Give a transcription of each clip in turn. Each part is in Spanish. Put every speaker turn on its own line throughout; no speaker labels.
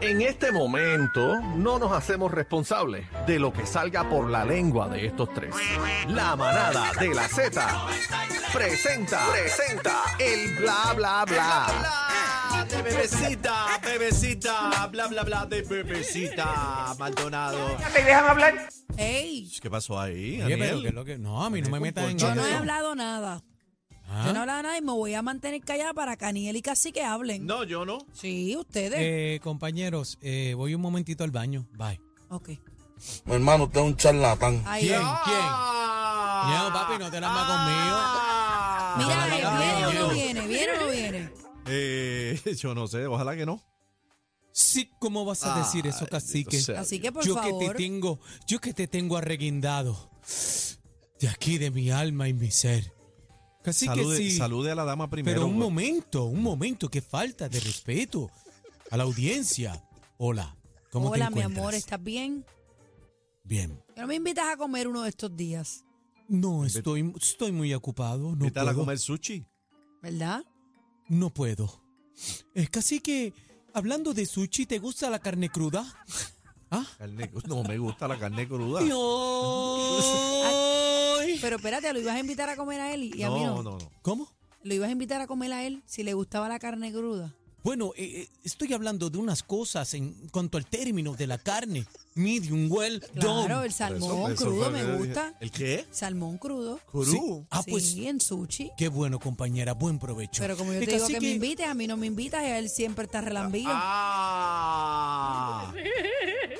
En este momento no nos hacemos responsables de lo que salga por la lengua de estos tres. La manada de la Z presenta, presenta el bla bla bla.
Bla, De bebecita, bebecita, bla bla bla de bebecita, Maldonado. Pues,
¿Te dejan hablar?
Ey,
¿Qué pasó ahí?
Oye,
Aniel?
pero ¿qué es lo que? No, a mí no me metas en
Yo
yo no he
eso.
hablado nada.
Ah,
Yo no he hablado nada y me voy a mantener callada para que Aniel y Casi que hablen.
No, yo no.
Sí, ustedes.
eh, compañeros, eh, voy un momentito al baño. Bye.
Ok.
Mi hermano, usted es un charlatán.
Ahí
¿Quién?
va.
¿Quién? No, Ah. papi, no te las va
Ah.
Ah.
conmigo.
Mira,
Yo no
eh, viene o
hablo,
no
yo.
viene, viene o no viene.
Eh, yo no sé, ojalá que no.
Sí, ¿cómo vas a decir eso,
Ay,
cacique?
bendito sea
Así
Dios.
que por
yo que
favor.
te tengo, yo que te tengo arreguindado. De aquí, de mi alma y mi ser. Casi
salude,
que sí.
salude a la dama primero.
Pero un momento, un momento, qué falta de respeto a la audiencia. Hola, ¿cómo te
Hola, mi
encuentras?
amor, ¿estás bien?
Bien.
¿Por qué No me invitas a comer uno de estos días,
No, estoy, estoy muy ocupado. No
Invítala a
puedo.
comer sushi.
¿verdad?
No puedo. Es casi que, hablando de sushi, ¿te gusta la carne cruda? ¿Ah?
Carne- no, me gusta la carne cruda.
Y hoy-
Pero espérate, lo ibas a invitar a comer a él y, y a mí
no,
no.
no, no.
¿Cómo?
Lo ibas a invitar a comer a él si le gustaba la carne cruda.
Bueno, eh, eh, estoy hablando de unas cosas en cuanto al término de la carne. Medium well done.
Claro, el
Por
salmón
eso fue lo
crudo
que
me
yo dije.
gusta.
¿El qué?
Salmón crudo.
¿Crudo?
Sí. Ah,
sí,
pues
en sushi.
qué bueno, compañera. Buen provecho.
Pero como yo
Es
te digo
así
que, me invites, a mí no me invitas, y a él siempre está relambido.
ah.
Ah.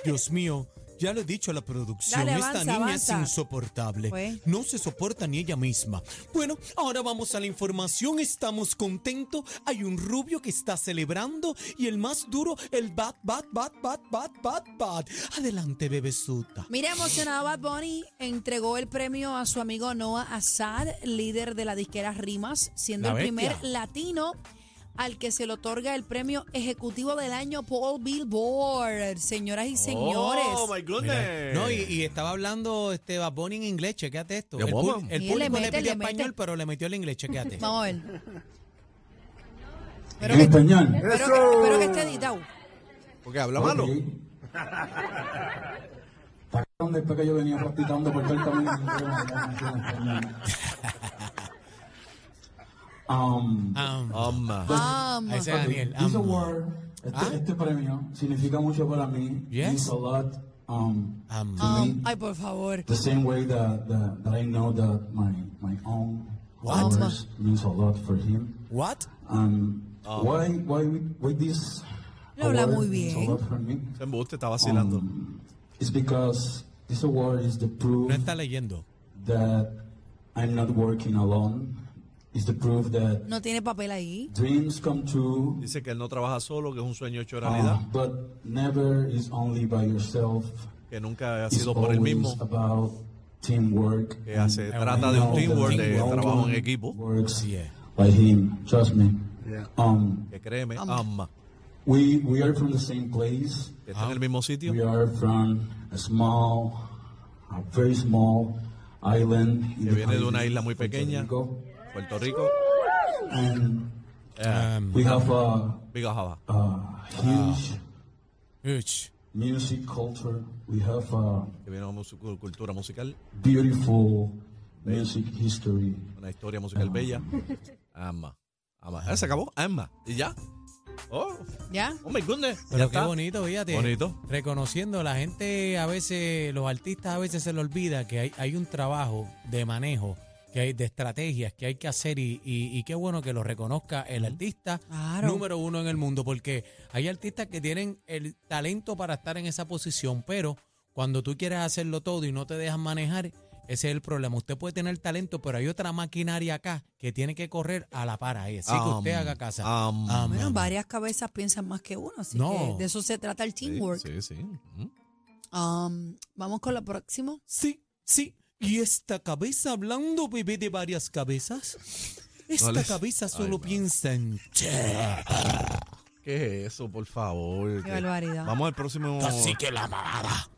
Dios mío, ya lo he dicho a la producción,
Dale,
esta
avanza,
niña
avanza.
es insoportable.
Pues.
No se soporta ni ella misma. Bueno, ahora vamos a la información, estamos contentos. Hay un rubio que está celebrando y el más duro, el bat, bat, bat, bat, bat, bat, bat. Adelante, bebesuta.
Mira, emocionado Bad Bunny entregó el premio a su amigo Noah Assad, líder de la disquera Rimas, siendo
La
el
bestia.
primer latino al que se le otorga el premio ejecutivo del año Paul Billboard. Señoras y señores.
Oh, my goodness.
Mira, no, y, y estaba hablando este Bad Bunny en inglés, chequéate esto.
¿Qué
El,
bobo?
pul- el
Sí, le
público le,
mete,
pidió
le mete.
español, pero le metió el inglés, chequéate.
Vamos a ver. Pero, que- pero que- pero que esté editado.
Porque habla malo.
después que yo venía practicando por todo el camino. Um,
Ah,
Amma.
Vamos.
ese es Daniel.
this
ah.
award, este,
Ah.
este premio significa mucho para mí.
Yes.
Means a lot. Um,
Ah.
Um.
to me,
Ay, por favor.
the same way that, that, that I know that my my own
What?
words means a lot for him.
What?
Um, why why why this
Oh. Lo habla
award
muy
means
bien.
a lot for me? Um,
Se embuste, está vacilando.
It's because this award is the proof
No está leyendo.
that I'm not working alone. It's the proof that
No tiene papel ahí.
dreams come true,
Dice que él no trabaja solo, que es un sueño hecho realidad,
uh, but never is only by yourself.
Ah.
que nunca ha
It's
sido por él mismo,
always about teamwork.
que hace,
Ah,
trata de
bueno.
un teamwork, de
Teamwork.
trabajo en equipo,
Works
Yeah.
like him. Trust me. Um,
que créeme, ama,
we we are from the same place.
que está en el mismo sitio.
We are from a small, a very small island. in
Que
the
viene de una
island
isla muy
of Puerto
pequeña.
Rico.
Puerto Rico,
And
Um,
we have a,
Vigajaba.
a Uh, huge.
uch.
music culture. We have a
que viene una mus- cultura musical,
beautiful music history.
Eh, una historia musical bella. Ama, ama. Ah, se acabó, ama, y ya. Oh,
¿Ya?
oh my goodness. Ya
Pero qué
está.
bonito, fíjate.
Bonito.
Reconociendo, la gente a veces, los artistas a veces se le olvida que hay, hay un trabajo de manejo, que hay de estrategias que hay que hacer y, y- y qué bueno que lo reconozca el artista
Claro.
número uno en el mundo, porque hay artistas que tienen el talento para estar en esa posición, pero cuando tú quieres hacerlo todo y no te dejas manejar, ese es el problema. Usted puede tener talento, pero hay otra maquinaria acá que tiene que correr a la par ahí. Así que usted
Am,
haga casa.
am.
Am,
Bueno,
am.
varias cabezas piensan más que uno, así
No.
que de eso se trata el teamwork.
Sí, sí. Mm.
Um, Vamos con lo próximo.
Sí, sí. ¿Y esta cabeza hablando, bebé de varias cabezas? Esta
les-
cabeza solo
va.
piensa en... che.
¿Qué es eso, por favor?
Qué barbaridad.
Vamos al próximo.
Así que la manada.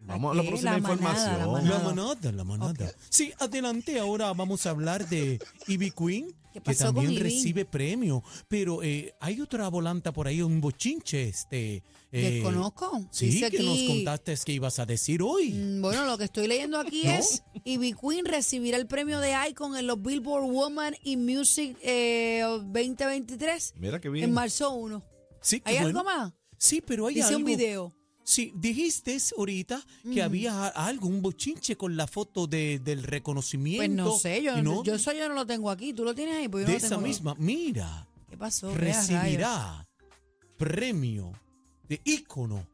Vamos a la
¿Qué?
próxima
Eh, La manada, la
información.
La
manada.
manada, la manada. Sí, adelante. Ahora vamos a hablar de Ivy Queen,
¿Qué
que
pasó con
también
Ivy?
recibe premio. Pero eh, hay otra volanta por ahí, un bochinche. este eh,
Desconozco.
Sí,
Dice
que nos
aquí-
contaste que ibas a decir hoy.
Mm, Bueno, lo que estoy leyendo aquí
¿No?
es Ivy Queen recibirá el premio de Icon en los Billboard Woman in Music eh, 2023
Mira qué bien.
en marzo 1.
Sí, qué
¿Hay
bueno.
algo más?
Sí, pero hay
Hice
algo.
un video.
Sí, dijiste ahorita que
Mm.
había a- algo, un bochinche con la foto de- del reconocimiento.
Pues no sé, yo,
¿no?
yo eso yo no lo tengo aquí. ¿Tú lo tienes ahí? Pues yo
de
no lo
esa
tengo aquí.
misma. Mira,
¿Qué pasó? Vea, rayos.
recibirá premio de ícono.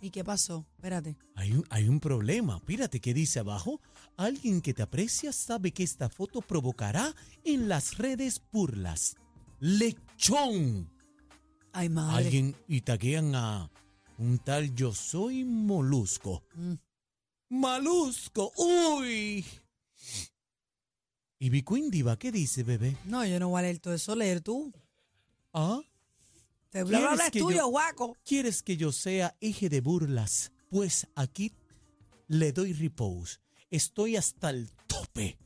¿Y qué pasó? Espérate.
Hay un, hay un problema. Pírate que dice abajo. Alguien que te aprecia sabe que esta foto provocará en las redes burlas. Lechón.
Ay, madre.
Alguien y taquean a un tal Yo Soy Molusco.
Mm.
Malusco, uy. Y Bicuín Diva, ¿qué dice, bebé?
No, yo no voy a leer todo eso. Leer tú.
¿Ah?
Te bla, bla, bla,
¿Quieres
es
que
tuyo,
yo-
guaco.
¿Quieres que yo sea eje de burlas? Pues aquí le doy repose. Estoy hasta el tope.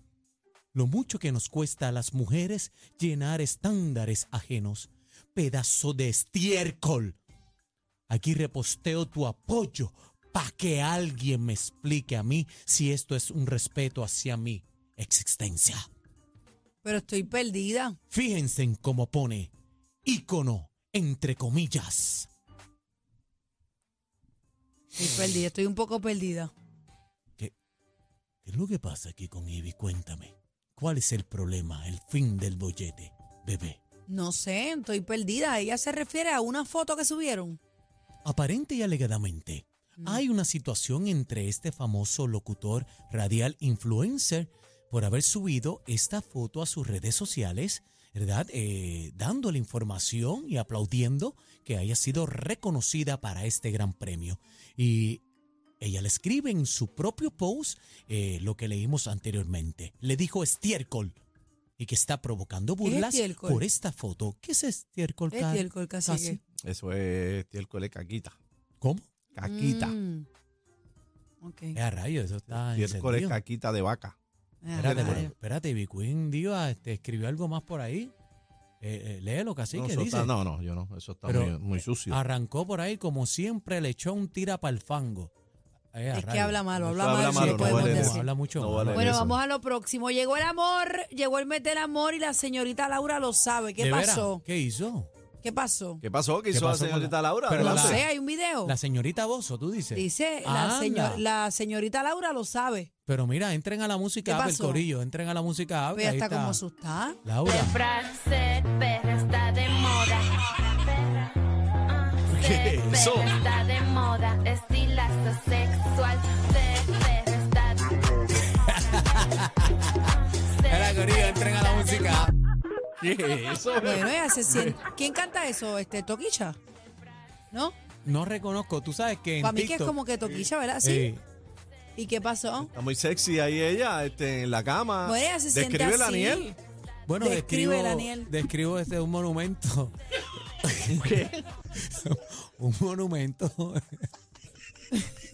Lo mucho que nos cuesta a las mujeres llenar estándares ajenos. Pedazo de estiércol. Aquí reposteo tu apoyo para que alguien me explique a mí si esto es un respeto hacia mi existencia.
Pero estoy perdida.
Fíjense en cómo pone ícono entre comillas.
Estoy perdida. Estoy un poco perdida.
¿Qué es lo que pasa aquí con Ivy? Cuéntame. ¿Cuál es el problema, el fin del bollete, bebé?
No sé, estoy perdida. Ella se refiere a una foto que subieron.
Aparente y alegadamente, hay una situación entre este famoso locutor radial influencer por haber subido esta foto a sus redes sociales, ¿verdad? Eh, dándole información y aplaudiendo que haya sido reconocida para este gran premio. Y ella le escribe en su propio post eh, lo que leímos anteriormente. Le dijo estiércol y que está provocando
es
burlas
estiércol?
por esta foto. ¿Qué es estiércol? Ca-
Estiércol, cacique.
Casi.
Eso es estiércol de caquita.
¿Cómo?
Caquita.
Mm. Ok.
Eh, a rayos, eso está
Estiércol es
encendido.
caquita de vaca.
Ah,
Espérate,
rayos.
pero- espérate, Bicuín Diva este, escribió algo más por ahí. Eh, eh, léelo, casi
no,
que
eso
dice.
está- no, no, yo no. Eso está
Pero, eh, ah,
muy, muy sucio.
Arrancó por ahí, como siempre, le echó un tira para el fango. Eh, a
Es que
rayos.
habla malo,
Eso
habla,
habla
malo, si
malo,
lo
no
podemos
vale
Bueno,
eso.
decir.
habla mucho
No
malo.
vale
Bueno,
eso.
vamos a lo próximo. Llegó el amor, llegó el meter amor y la señorita Laura lo sabe. ¿Qué
¿De veras?
pasó?
¿Qué hizo?
¿qué pasó?
¿Qué pasó? ¿Qué
¿Qué
hizo
pasó
la
con
señorita
la-
Laura?
Pero
No
la-
Adelante.
sé, hay un video.
La señorita Bozo, tú dices.
Oh. Dice, la,
Anda.
señor- la señorita Laura lo sabe.
Pero mira, entren a la
¿Qué
música, app, el
pasó?
corillo, entren a la música, app,
Pero ella
ahí
está,
está.
como asustada.
Laura.
Frase perra está de moda.
¿Qué es eso?
Perra está de moda. Estilazo sexual. Ser perra está de
Espera, corillo, entren a la música. app.
¿Qué es eso?
Bueno, ella se siente. ¿Quién canta eso? Este, Toquicha. ¿No?
No reconozco, tú sabes que en
Para mí que es
TikTok-
como que Toquicha, ¿verdad? Sí.
Eh,
¿Y qué pasó?
Está muy sexy ahí ella, este, en la
Ah,
cama.
Bueno, ella se siente
Describe
así.
Daniel.
Bueno,
Describe,
describe, describo,
Daniel.
describo este un monumento. un monumento.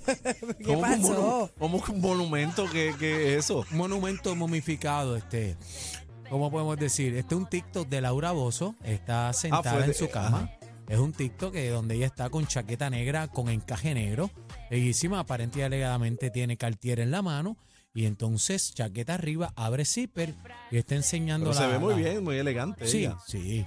¿Qué
que un monu-
pasó?
¿Cómo que un monumento? ¿Qué, qué es eso?
Un monumento momificado, este. ¿Cómo podemos decir? Este es un TikTok de Laura Bozo. Está sentada
Ah, fue de-
en su cama. Es un TikTok que- donde ella está con chaqueta negra, con encaje negro. Bellísima, aparente y alegadamente tiene cartier en la mano. Y entonces, chaqueta arriba, abre zipper y está enseñando
Pero se
la-
ve muy
la-
bien, muy elegante.
Sí,
ella.
sí.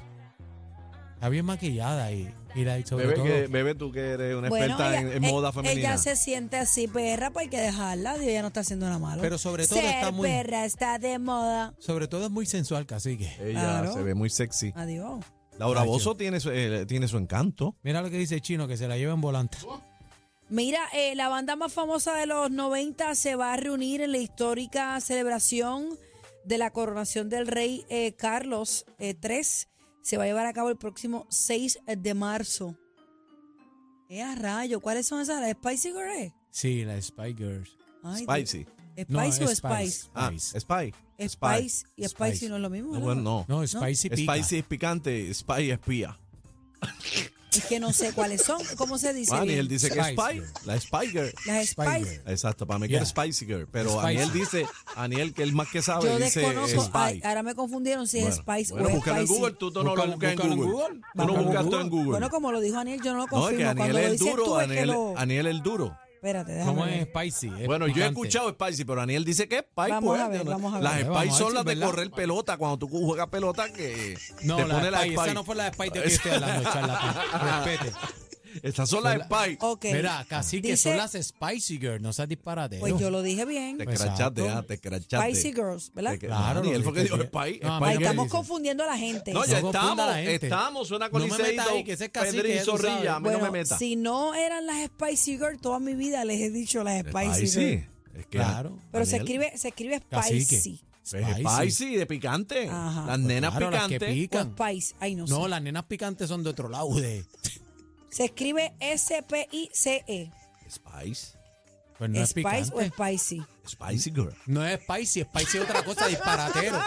Está bien maquillada y, y la, y sobre
Bebé,
todo.
que- bebé, tú que eres una experta en, en
e-
moda femenina.
Ella se siente así perra, pues hay que dejarla. Dios, ella no está haciendo nada malo.
Pero sobre todo
Ser
está muy-
perra está de moda.
Sobre todo es muy sensual, cacique.
Ella
Claro. Ah.
se ve muy sexy.
Adiós.
Laura
Cacho.
Bozo tiene su, eh, tiene su encanto.
Mira lo que dice Chino, que se la lleva en volante.
Mira, eh, la banda más famosa de los 90 se va a reunir en la histórica celebración de la coronación del rey eh, Carlos eh, III. se va a llevar a cabo el próximo 6 de marzo. ¡Eh, a rayo! ¿Cuáles son esas? ¿Las Spicy Girl?
Sí, la Spy Girls.
Ay,
Spicy.
Dios.
No,
¿Spice o
es
Spice?
Ah,
Spice.
Spy.
Spice y
Spice.
Spicy no es lo mismo,
No,
¿verdad?
bueno, no.
No, Spicy pica.
Spicy es picante, Spy es pía.
Es que no sé cuáles son. ¿Cómo se dice?
Ah,
bien?
Aniel dice que
Spice
es Spy,
Girl.
la Spy Girl.
Las
Spy
Spice.
Girl.
Exacto, para mí
Yeah.
que es Spicy Girl. Pero
Spicy.
Aniel dice, Aniel, que el más que sabe,
Yo
dice eh,
desconozco.
Spy.
ay, ahora me confundieron si es Spice
bueno,
o es
búscalo en
Spicy.
Google, tú, tú no lo
Búscalo-
buscas en
búscalo en
Google.
Google.
Tú no
Búscalo en
buscas tú en
Google.
Google.
Bueno, como lo dijo Aniel, yo no lo
no,
confirmo.
es que Aniel
Cuando lo
es
dices
duro,
tú, es que
Aniel,
lo...
Aniel el duro.
Espérate, déjame
¿Cómo
ver.
es Spicy? Es
Bueno, yo he
picante.
escuchado Spicy, pero Daniel dice que es Spice.
Vamos
pues,
a ver,
¿no?
vamos a ver.
Las
Vamos a
Spice
ver
son
si
las
es
de
verdad.
correr pelota. Cuando tú juegas pelota, que
No,
te
la
pone la
Spy,
Spice.
Esa no fue la Spy de que estoy hablando, charlatán. Respete.
Estas son las Spice.
Ok.
Mira, casi que
Dice-
son las Spicy Girls, no seas disparatero.
Pues yo lo dije bien.
Te escrachaste,
Exacto.
ah, te escrachaste.
Spicy Girls, ¿verdad?
Te que-
Claro,
Daniel
lo
fue que
dijiste
dijo
bien.
Spy.
No,
Spy
Ahí
¿qué
Girl.
estamos
dice?
confundiendo a la gente.
No, ya
No confunda a
estamos,
la gente.
estamos, suena
No me meta
coliseíto,
ahí, que ese es cacique,
Pedrín
ya tú
Zorrilla,
sabes.
a mí
bueno,
no me meta.
si no eran las Spicy Girls, toda mi vida les he dicho las Spicy Girls.
Es que
Claro.
Pero se
Daniel,
escribe, se escribe
Cacique.
Spicy.
pues, Spicy. de picante.
Ajá.
Las nenas
Pues Claro, las que
picantes.
O
pican.
Spice, ay no,
No,
sé.
las nenas picantes son de otro lado. De,
Se escribe S-P-I-C-E.
Spice.
pues no es
Spice o
picante.
Spicy.
Spicy girl.
No es Spicy, Spicy es otra cosa, disparatero.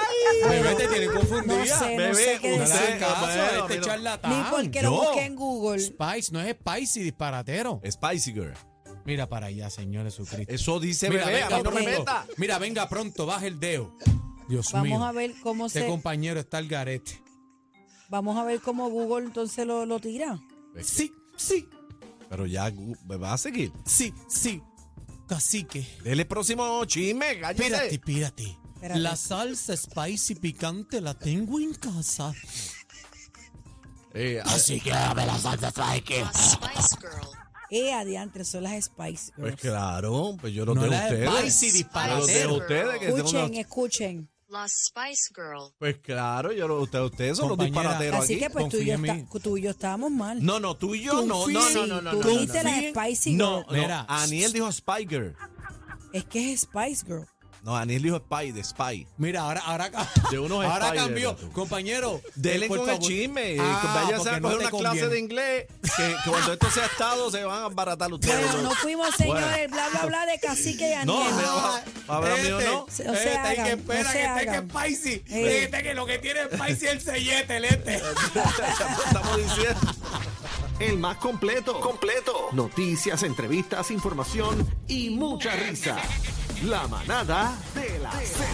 Bebé, te tiene confundida.
No sé, no
Bebé,
sé qué
No le
decir.
usted-
hagas caso a
Bueno,
este
mira.
charlatán.
Ni porque lo
Ah, yo.
busqué en Google.
Spice, no es Spicy, disparatero.
Spicy girl.
Mira para allá, Señor Jesucristo.
Eso dice
Mira,
bebé, a mí no me
ok.
meta.
Mira, venga pronto, baja el dedo. Dios mío.
Vamos a ver cómo
Este
se.
compañero está el garete.
Vamos a ver cómo Google entonces lo, lo tira.
Sí, sí,
Pero ya gu- me va a seguir.
sí, sí. Cacique.
Dele próximo chisme, Eh,
Pírate,
cállate.
pírate.
Espérate.
La salsa spicy picante la tengo en casa.
Eh,
Así que dame la salsa spicy.
Eh, adiantre, son las Spice.
pues
Girls.
claro, pues yo lo
No
tengo
la
a
spicy,
ustedes. Yo los dejo a
disparatero.
ustedes. Que tengo
escuchen,
una-
escuchen.
pues claro, yo lo- ustedes, ustedes son los
Compañera.
disparateros
Así
aquí.
que pues tú y, yo
confía en
está-
mí.
tú y yo estábamos mal.
No, no, tú y yo no.
Confía
No,
en
no,
mí.
no, no.
tú
no, no,
dijiste
no.
las
Confía-
Spicy
No,
Girl.
no.
Mira.
Aniel dijo Spy Girl.
Es que es Spice Girl.
No, Aniel dijo Spy, de Spy.
Mira, ahora, ahora,
De unos
ahora
spiders,
cambió.
gato.
Compañero,
Dele
eh, por
con el
favor.
chisme.
Ah,
Váyanse
porque
a coger
no te
una clase
conviene.
de inglés. Que, que cuando esto sea estado se van a embaratar ustedes.
Bueno, no fuimos, señores, bla, bla, bla, de cacique y
No,
Aniel.
pero- Habrá
Este,
mío, ¿no?
Se- no se
este, hay
hagan,
que
no
espera
se
que
hagan.
esté que spicy.
Eh.
Este que lo que tiene spicy es el sellete, el este.
Estamos diciendo.
El más completo. Completo. Noticias, entrevistas, información y mucha risa. La manada de la Z.